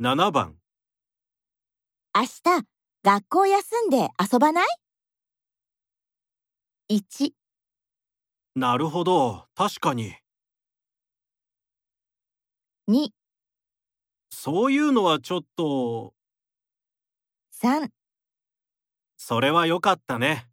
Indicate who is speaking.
Speaker 1: 7番
Speaker 2: 明日、学校休んで遊ばない ?1、
Speaker 1: なるほど確かに
Speaker 2: 2、
Speaker 1: そういうのはちょっと
Speaker 2: 3
Speaker 1: それは良かったね